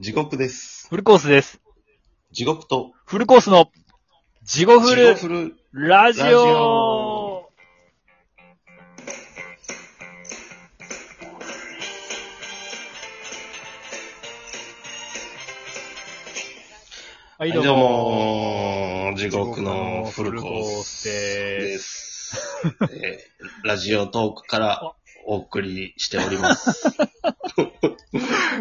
地獄です。フルコースです。地獄と、フルコースの、地獄フ地ル獄フル。ラジオラジオは、はいい、どうどうも。も、地獄のフルコースです。 えーラジオトークからお送りしており ます。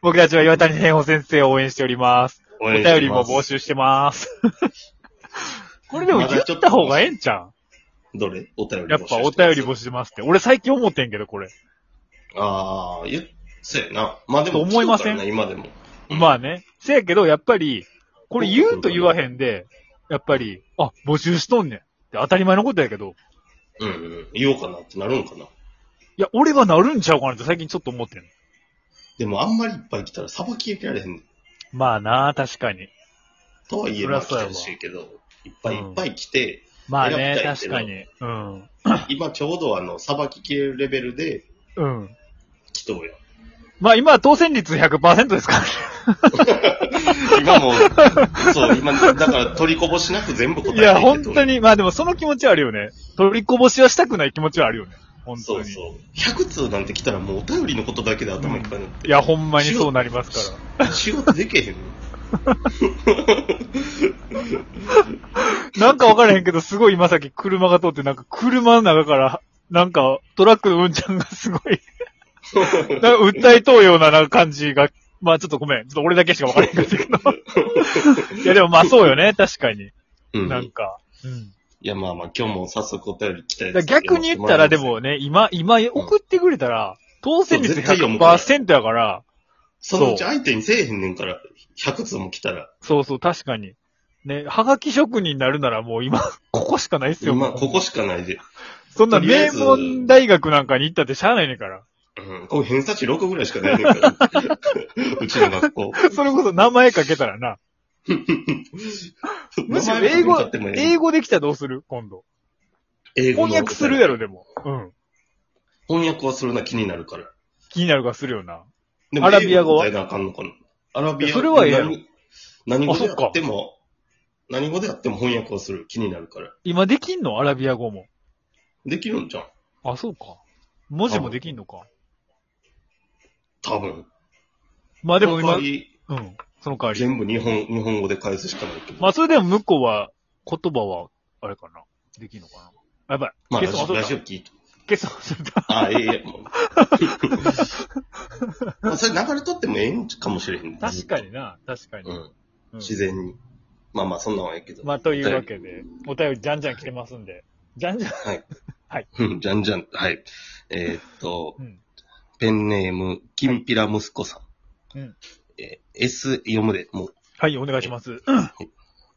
僕たちは岩谷天保先生を応援しております。おお便りも募。集してます。これでも言った方がええんちゃどれお便うりや募っ集ぱお便り募集。集しますって。俺最近思ってんけど、これ。ああ、言っせやな。まあでも、思いません来てるからね今でも。まあね。せやけど、やっぱり、これ言うと言わへんで、やっぱり、あ、募集しとんねんって当たり前のことやけど、うんうん。言おうかなってなるんかな。いや、俺はなるんちゃうかなって最近ちょっと思ってんの。でも、あんまりいっぱい来たら、さばき受けられへん。まあな、確かに。とはいえ、そまらあ来てそうやわほしいけど、いっぱいいっぱい来て、まあ選ねび、たいけ確どかに。うん。今ちょうどあの、さばききれるレベルでうん。来とうよ。まあ今、当選率100%ですからね。今 も、そう、今、だから取りこぼしなく全部答えいていけとや、る本当。に、まあでもその気持ちはあるよね。取りこぼしはしたくない気持ちはあるよね。本当そに。うそう。100通なんて来たらもうお便りのことだけで頭いっぱいになって。いや、ほんまにそうなりますから。 仕事できへんの。なんかわからへんけど、すごい今さっき車が通って、なんか車の中から、なんかトラックのうんちゃんがすごい、なんか訴えとうようななんか感じが、まあちょっとごめん、ちょっと俺だけしかわからへんかったけど。 いやでもまあそうよね、確かに。うん。なんか。うん、いや、まあまあ、今日も早速お便り来たやだからつ。逆に言ったらで、もね、今、今送ってくれたら、当選そ率う絶対読むから100%やから、そのうち相手にせえへんねんから、100通も来たら、そうそう、確かに。ね、はがき職人になるならもう今、 ここしかないっすよ。今ここしかないで。そんなとりあえ名ず門大学なんかに行ったってしゃあないねんから。うん、こう偏差値6ぐらいしかないねんか ら。うちの学校。それこそ名前かけたらな。むしろ名前とか英語見たってもええ英語できたらどうする今度。英語の翻訳するやろ、でも。うん。翻訳はするな、気になるから。気になるがするよな。でもアラビア語は英みたいなあかんのかなアラビアいやそれはええやろ何何語であそあっかっても、何語であっても翻訳をする気になるから。今できんのアラビア語も。できるんじゃんあ、そうか。文字もできんのか。多分。まあでもその今、代わりうん。その代わり。全部日本、日本語で返すしかないけど。まあそれでも向こうは、言葉は、あれかな。できんのかな。やばい。まあ、ゲラスジト忘オ、れラたジオ聞いて。ゲスト忘れた。あ、ええええ もうまあそれ流れとってもええんかもしれへん。確かにな。確かに。ううんん。自然に。まあまあ、そんなんはええけど。まあというわけで、お便りじゃんじゃん来てますんで。じゃんじゃん。うん、じゃんじゃん。はい。えーっと、うんペンネーム、きんぴら息子さん。うんえー S 読むで、もう、はい、お願いします。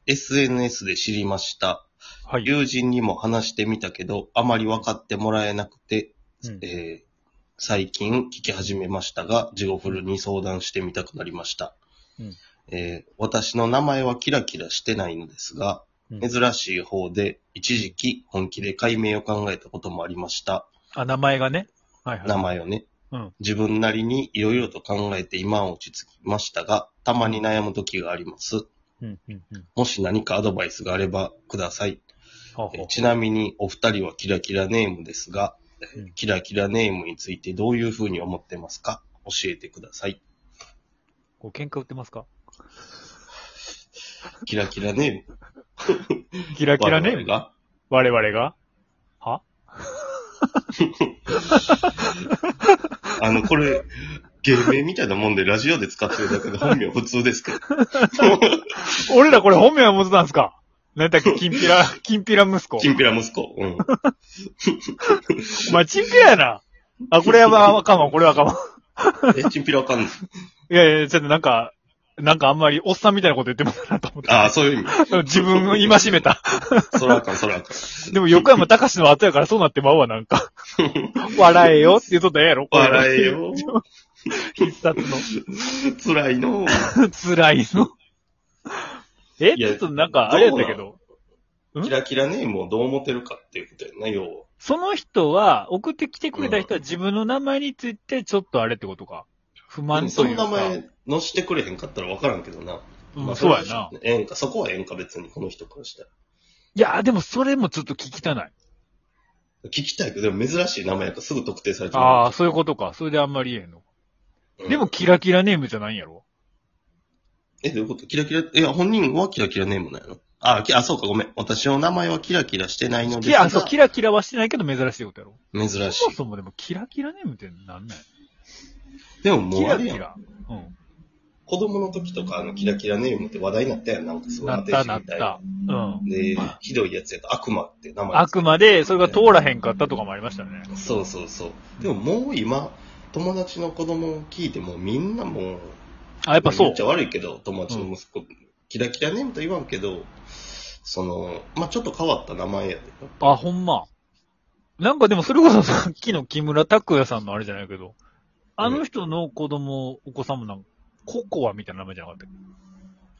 SNS で知りました。はい。友人にも話してみたけど、あまり分かってもらえなくて、うんえー最近聞き始めましたが、ジゴフルに相談してみたくなりました。うんえー私の名前はキラキラしてないのですが、うん珍しい方で、一時期本気で解明を考えたこともありました。あ、名前がね。はいはい。名前をね、うん自分なりにいろいろと考えて今は落ち着きましたが、たまに悩む時があります。うん、うん、うん。もし何かアドバイスがあればください。ほうえほうちなみにお二人はキラキラネームですが、えうんキラキラネームについてどういうふうに思ってますか教えてください。こう喧嘩売ってますかキラキラネーム。キラキラネー我々ムが我々がはあの、これ、芸名みたいなもんでラジオで使ってるだ けで本名普通ですけど。俺らこれ本名は持ってたんですかなん だっけ、キンピラ、キンピラ息子。チンピラ息子。うん。お前、チンピラやな。あ、これやば、あかんわ、これはあかんわ。え、チンピラあかんのいやいや、ちょっとなんか、なんかあんまりおっさんみたいなこと言ってもらなと思っああ、そういう意味。 て。自分を今しめた。そらあかん、そらあかん。でも横山隆の後やからそうなってまうわ、なん か。笑えよって言うとったらええやろこれ笑え よ。必殺辛いの。の。辛いの。えいちやょっとなんか、あれやったけど。んキラキラネームをどう思ってるかっていうことやな、要は。その人は、送ってきてくれた人は自分の名前についてちょっとあれってことか。不満そといのうか。名前乗してくれへんかったらわからんけどな。うんまあそうやな。。れは演歌、そこは演歌別に、この人からしたら。いや、でもそれもちょっと聞きたない。聞きたいけど、でも珍しい名前やからすぐ特定されてああ、そういうことか。それであんまり言えんの。うんでも、キラキラネームじゃないんやろえ、どういうことキラキラ、いや、本人はキラキラネームなんやろあきあ、そうか、ごめん。私の名前はキラキラしてないのでキすがラ、そう、キラキラはしてないけど珍しいことやろ珍しそもい。そもでもキラキラネームってなんなんやでももうキあラれキやん。ラ。うん。子供の時とか、あの、キラキラネームって話題になったやん。なんかすごいなっ当てた字みなったいた。うん。で、ひどいやつやと悪魔って名前あ。くまで、それが通らへんかったとかもありましたね。そうそうそう。でももう今、友達の子供を聞いて、もうみんなもう、あ、やっぱそめうっち。ゃ悪いけど、友達の息子、キラキラネームと言わんけど、その、まあ、ちょっと変わった名前やで。あ、ほんま。なんかでもそれこそさっきの木村拓哉さんのあれじゃないけど、あの人の子供、お子さんもなんか、ココアみたいな名前じゃなかったっけ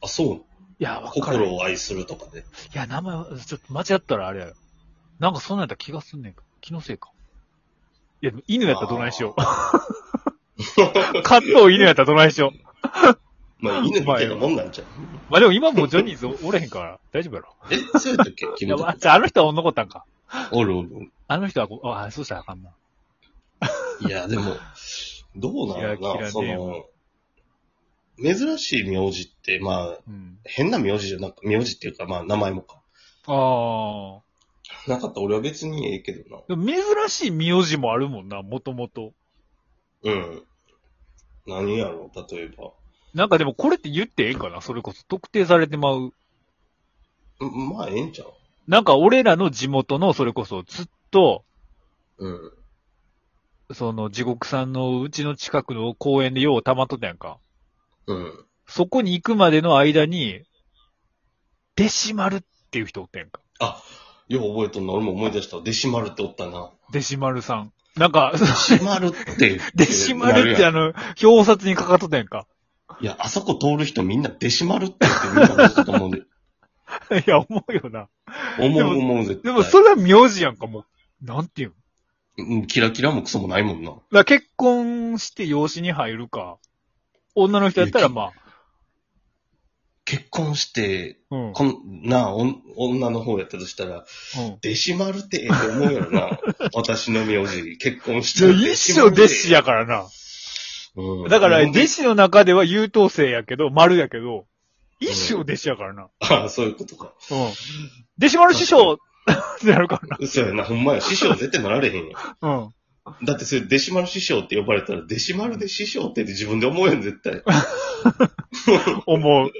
あ、そう。いや、わかる。心いを愛するとかで。や、名前は、ちょっと間違ったらあれやよ。なんかそんなんやったら気がすんねんか。気のせいか。いや、でも犬やったらどないしよ う。カット犬やったらどないしよう。まあ、犬みたいなもんなんじゃん。まあでも今もうジョニーズおれへんから、大丈夫やろ。え、そうやったっけ い君や、とまあ、じゃああの人は女子ったんか。おるおる。あの人はこ、あ、そうしたらあかんな。いや、でも、どうなのキラキかラな、そネーの、珍しい名字って、まあ、うん。変な名字じゃなく、名字っていうか、まあ、名前もか。ああ。なかったら俺は別にええけどな。でも珍しい名字もあるもんな、もともと。うん。何やろう、例えば。なんかでもこれって言ってええんかなそれこそ特定されてまう。うんまあ、ええんちゃうなんか俺らの地元のそれこそずっと、うん。その地獄さんのうちの近くの公園でよう溜まっとったやんか。うん。そこに行くまでの間に、デシマルっていう人おったやんか。あ、よう覚えとんな。俺も思い出したわ。デシマルっておったな。デシマルさん。なん か、デシマル って。デシマルってあの、表札にかかっとったやんか。 いや、あそこ通る人みんなデシマルって言ってみんな思ったと思う で。いや、思うよな。思でうも思う絶対。でもそれは名字やんか、もう。なんていうんだかうんキラキラもクソもないもんな。ら結婚して養子に入るか、女の人やったらま結婚して、あ、うん。こんなおん女の方やったとしたら、うん。デシマルってええと思うやろ な。私の名字、結婚しいてや、一生弟子や。やからな。うんだから、なんで弟子の中では優等生やけど、丸やけど、一生弟子やからな。うん。ああ、そういうことか。弟子丸師匠ってなるか 嘘やな、ほんまや。師匠絶対なられへんよ。ら。 うん。だってそれ、デシマル師匠って呼ばれたら、デシマルで師匠ってって自分で思うやん、絶対。思う。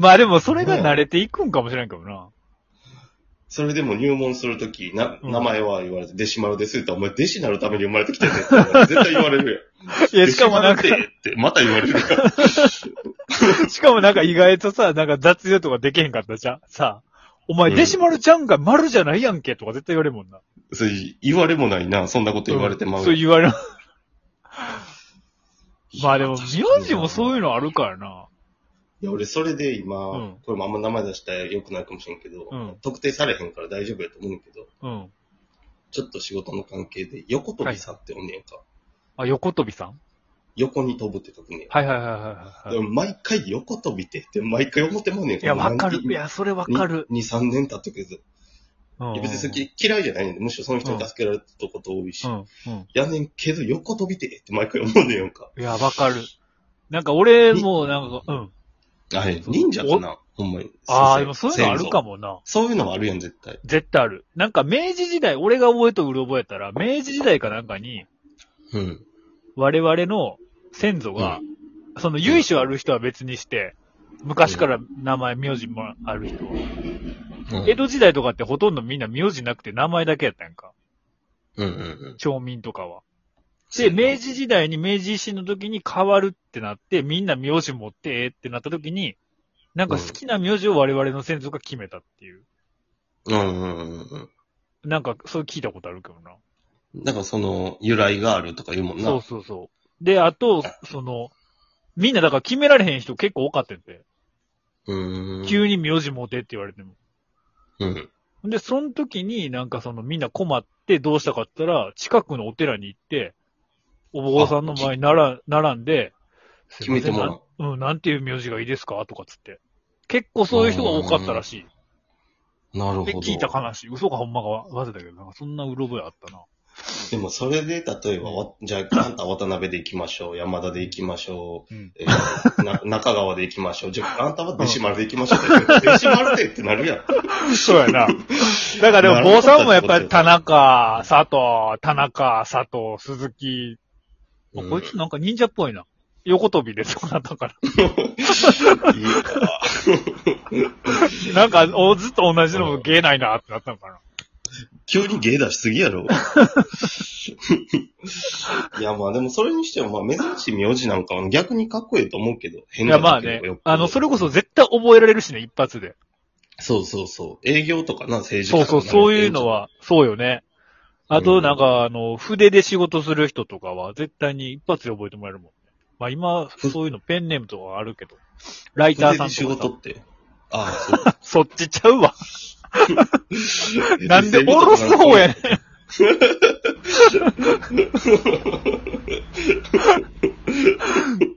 まあでも、それが慣れていくんかもしれんけどな。それでも入門するとき、な、うん名前は言われて、デシマルですって言ったら、お前、弟子になるために生まれてきたんだよって絶対言われるやん。 いや、しかもなん弟か子、丸って、ってまた言われるやん。 しかもなんか意外とさ、なんか雑用とかできへんかったじゃん。さあ、お前、うんデシマルちゃんが丸じゃないやんけとか絶対言われるもんな。それ言われもないな、そんなこと言われてまう。 そう言われる。まあでも、いや名字もそういうのあるからな。いや、俺それで今、うんこれもあんま名前出したら良くないかもしれんけど、うん特定されへんから大丈夫やと思うんだけど、うん。ちょっと仕事の関係で、横飛びさんっておんねんか。あ、横飛びさん横に飛ぶって書くねん。はいはいはいはいはいではい。も毎回横飛びってって、毎回思ってもんねんいや、わかる。い2、や、それわかる。 3年経ったけど、うんいや別にそれ嫌いじゃないねんで、むしろその人に助けられたこと多いし、うん、うん。やねんけど横飛びてって毎回思うねんやんか。いや、わかる。なんか俺も、なんか、うん。あれ、忍者かなほんまに。ああ、でもそういうのあるかも。もな。そういうのはあるやん、絶対。絶対ある。なんか明治時代、俺が覚えとうる覚えたら、明治時代かなんかに、うん。我々の先祖が、その由緒ある人は別にして、昔から名前、名字もある人は。うん江戸時代とかってほとんどみんな名字なくて名前だけやったやんか。うんうんうん。町民とかは。で、明治時代に明治維新の時に変わるってなって、みんな名字持ってええってなった時に、なんか好きな名字を我々の先祖が決めたっていう。うんうんうんうん。なんか、そう聞いたことあるけどな。だからその、由来があるとか言うもんな。そうそうそう。で、あと、その、みんなだから決められへん人結構多かったんで、うーん。急に名字持てって言われても。うん。で、その時になんかそのみんな困ってどうしたかって言ったら、近くのお寺に行って、お坊さんの前になら並んで、すいません決めてもらうなうん、なんていう名字がいいですかとかつって。結構そういう人が多かったらしい。なるほで、ど。聞いた話。嘘かほんまかわ忘れたけど、なんかそんなうろ覚えあったな。でもそれで、例えば、わじゃあ、あんた渡辺で行きまし ょう。山田で行きましょう。うんえーな中川で行きましょう。じゃあ、あんたは弟子丸で行きましょうって。弟子丸でってな るやん。そう やな。だからでも、坊さんもやっぱり田中、佐藤、田中、佐藤、鈴木。あうんこいつなんか忍者っぽいな。横跳びでそうなったから。いいかなんか、おずっと同じのも芸ないなってなったのかな。急に芸出しすぎやろ。 いや、まあでもそれにしても、まあ珍しい名字なんかは逆にかっこいいと思うけど、変いなや、んだまあけどねよっ。ぽどあの、それこそ絶対覚えられるしね、一発で。そうそうそう。営業とかな、政治そ家うそう、とかなそういうの。は、そうよね。あうと、んなんか、あの、筆で仕事する人とかは、絶対に一発で覚えてもらえるもんね。まあ今、そういうのペンネームとかあるけど、ライター筆さんで仕とか事さって。ああ、 そっちちゃうわ。そう。なんでおろす方やねん。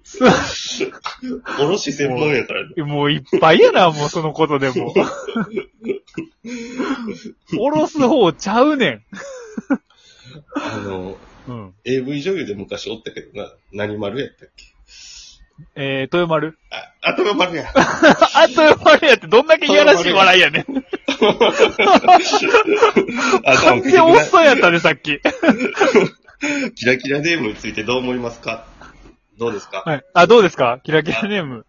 そおろし専門やからね。 うもういっぱいやな、もうそのことでも。おろす方ちゃうねあの、ん。うん。 AV 女優で昔おったけどな、何丸やったっけえー、豊丸。 あ、頭丸や。 あ、豊丸やってどんだけいやらしい笑いやねん。頭 完キラ全おっさんやったね、さっき。キラキラネームについてどう思いますかどうですか はい。あ、どうですかキラキラネーム。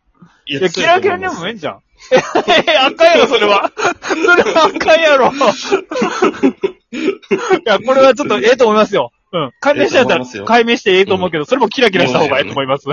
いいや、キラキラネームもええん面じゃん。え、あかんやろ、それは。それはあかんやろ。いや、これはちょっとええと思いますよ。うん。解明しちゃったええと思いらますよ解明してええと思うけど、それもキラキラした方がええと思います。